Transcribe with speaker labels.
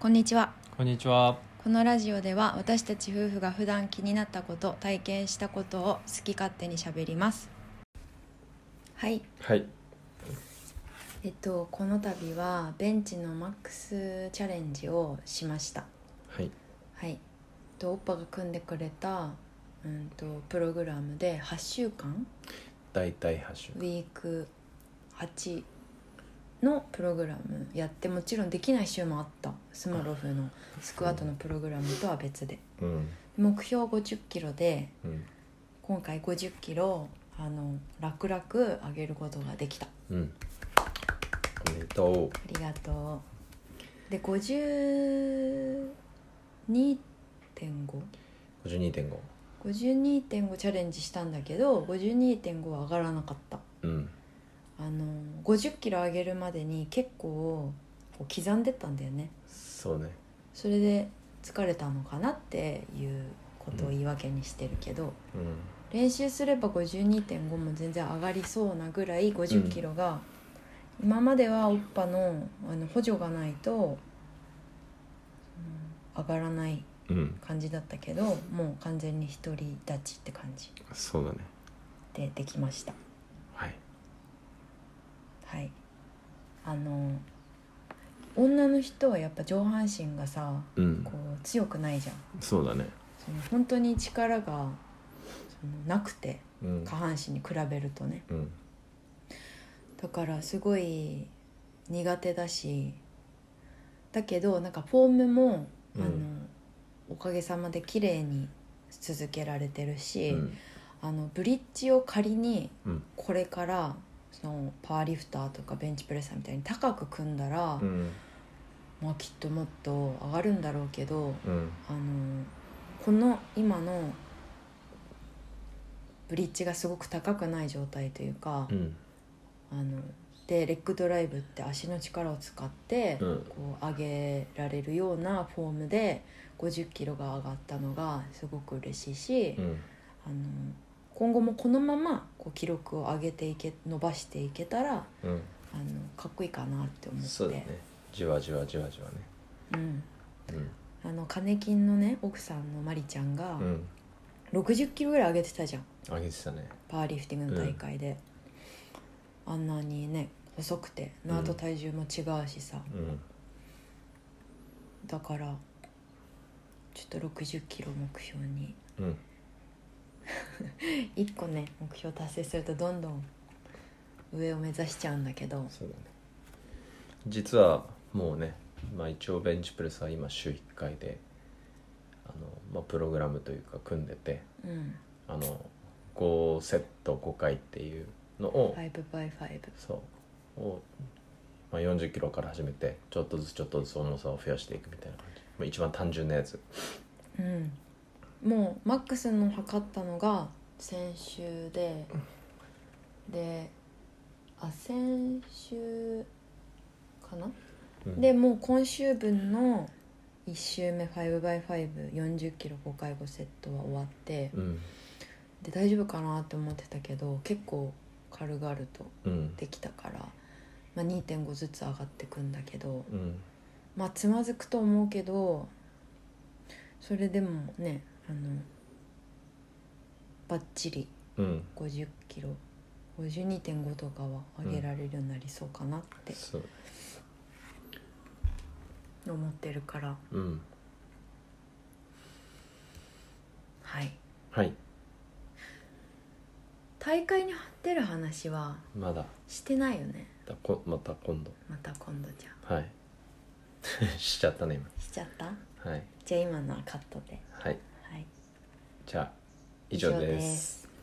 Speaker 1: こんにちは
Speaker 2: こんにちは。
Speaker 1: このラジオでは私たち夫婦が普段気になったこと体験したことを好き勝手にしゃべりますはい
Speaker 2: はい。
Speaker 1: えっとこの度はベンチのマックスチャレンジをしました
Speaker 2: はい。
Speaker 1: はいとオッパが組んでくれたうんとプログラムで8週間
Speaker 2: 大体ハッシ
Speaker 1: ウィーク8のプログラムやってもちろんできない週もあったスモロフのスクワットのプログラムとは別で
Speaker 2: ュ。うん。
Speaker 1: 目標5 0キロで
Speaker 2: うん。
Speaker 1: 今回5 0キロあの楽々上げることができたあ
Speaker 2: うん。おめでと
Speaker 1: りがとうで52.552.5
Speaker 2: う。52.5。
Speaker 1: チャレンジしたんだけど52.5は上がらなかった
Speaker 2: うん。
Speaker 1: あの5 0キロ上げるまでに結構こう刻んでったんだよね
Speaker 2: そうね。
Speaker 1: それで疲れたのかなっていうことを言い訳にしてるけど、
Speaker 2: うん。
Speaker 1: 練習すれば52.5も全然上がりそうなぐらい5 0キロが、今まではおっぱのあの補助がないと、うん上がらない
Speaker 2: うん。
Speaker 1: 感じだったけどもう完全に独り立ちって感じ
Speaker 2: そうだね。
Speaker 1: でできました
Speaker 2: はい。
Speaker 1: はいあの女の人はやっぱ上半身がさ
Speaker 2: うん
Speaker 1: こ。う強くないじゃん
Speaker 2: そうだね。
Speaker 1: その本当に力がそのなくて
Speaker 2: うん
Speaker 1: 下半身に比べるとね
Speaker 2: うん。
Speaker 1: だからすごい苦手だしだけどなんかフォームも、
Speaker 2: うん
Speaker 1: あのおかげさまで綺麗に続けられてるし、
Speaker 2: うん。
Speaker 1: あのブリッジを仮に
Speaker 2: うん
Speaker 1: これからそのパワーリフターとかベンチプレスターみたいに高く組んだら、
Speaker 2: うん。
Speaker 1: まあ、きっともっと上がるんだろうけど
Speaker 2: うん。
Speaker 1: あのこの今のブリッジがすごく高くない状態というか。
Speaker 2: うん。
Speaker 1: あのでレッグドライブって足の力を使って、
Speaker 2: うん
Speaker 1: こう上げられるようなフォームで5 0キロが上がったのがすごく嬉しいし、
Speaker 2: うん。
Speaker 1: あの今後もこのままこう記録を上げていけ伸ばしていけたら
Speaker 2: うん。
Speaker 1: あのかっこいいかなって思って
Speaker 2: そうだね。じわじわじわじわね。
Speaker 1: うん、
Speaker 2: うん。
Speaker 1: あの金金のね奥さんのまりちゃんが
Speaker 2: うん。
Speaker 1: 6 0キロぐらい上げてたじゃん
Speaker 2: 上げてたね。
Speaker 1: パワーリフティングの大会で、あんなにね細くてなあと体重も違うしさ、
Speaker 2: うん。
Speaker 1: だからちょっと60キロ目標に
Speaker 2: うん。
Speaker 1: 1個ね目標達成するとどんどん上を目指しちゃうんだけど
Speaker 2: そうだね。実はもうね、まあ一応ベンチプレスは今週1回で、あの、まあプログラムというか組んでて、
Speaker 1: うん
Speaker 2: あの5セット5回っていうのを、
Speaker 1: 5x5
Speaker 2: そうを、まあ、40キロから始めてちょっとずつちょっとずつ重さを増やしていくみたいな感じ、まあ、一番単純なやつ
Speaker 1: うんもうマックスの測ったのが先週でであ先週かな、
Speaker 2: うん
Speaker 1: でもう今週分の1周目 5x540 キロ5回5セットは終わって、
Speaker 2: うん
Speaker 1: で大丈夫かなって思ってたけど結構軽々と
Speaker 2: うん
Speaker 1: できたから、まあ、2.5ずつ上がってくんだけど
Speaker 2: うん
Speaker 1: まあつまずくと思うけどそれでもねあのバッチリ
Speaker 2: うん
Speaker 1: 5 0キロ52.5とかは上げられるようになりそうかなって
Speaker 2: そう
Speaker 1: 思ってるから、
Speaker 2: うん
Speaker 1: はい
Speaker 2: はい
Speaker 1: 大会に出る話は
Speaker 2: まだ
Speaker 1: してないよね
Speaker 2: だこまた今度
Speaker 1: また今度じゃ
Speaker 2: はい しちゃったね
Speaker 1: あしちゃった
Speaker 2: 今はい
Speaker 1: じゃあ今のはカットで
Speaker 2: はい
Speaker 1: はい
Speaker 2: じゃあ以上です
Speaker 1: す